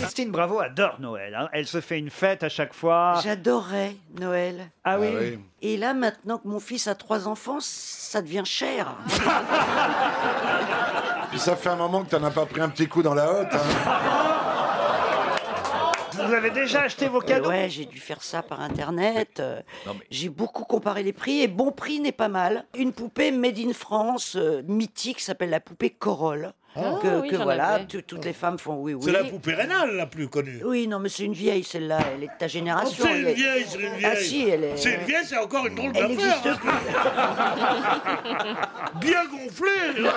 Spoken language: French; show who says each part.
Speaker 1: Christine Bravo adore Noël. hein. Elle se fait une fête à chaque
Speaker 2: Ah.
Speaker 1: fois.
Speaker 3: J'adorais Noël.
Speaker 1: Ah oui Ah oui.
Speaker 3: Et là, maintenant que mon fils a trois enfants, ça devient cher.
Speaker 2: Ah,
Speaker 4: Puis ça fait un moment que t'en as pas pris un petit coup dans la hotte. hein.
Speaker 1: Vous avez déjà acheté vos cadeaux
Speaker 3: Ouais, j'ai dû faire ça par Internet. euh, J'ai beaucoup comparé les prix et bon prix n'est pas mal. Une poupée made in France, euh, mythique, s'appelle la poupée Corolle.
Speaker 2: Ah,
Speaker 3: que
Speaker 2: oui,
Speaker 3: que
Speaker 2: j'en
Speaker 3: voilà,
Speaker 2: avais.
Speaker 3: tu- toutes les femmes font oui, oui.
Speaker 2: C'est la poupée rénale la plus connue.
Speaker 3: Oui, non, mais c'est une vieille, celle-là. Elle est de ta génération.
Speaker 2: Oh, c'est
Speaker 3: elle
Speaker 2: une
Speaker 3: est-
Speaker 2: vieille, c'est une vieille.
Speaker 3: Ah si, elle est...
Speaker 2: C'est une vieille, c'est encore une drôle
Speaker 3: Elle
Speaker 2: d'affaire.
Speaker 3: n'existe plus.
Speaker 2: Bien gonflée.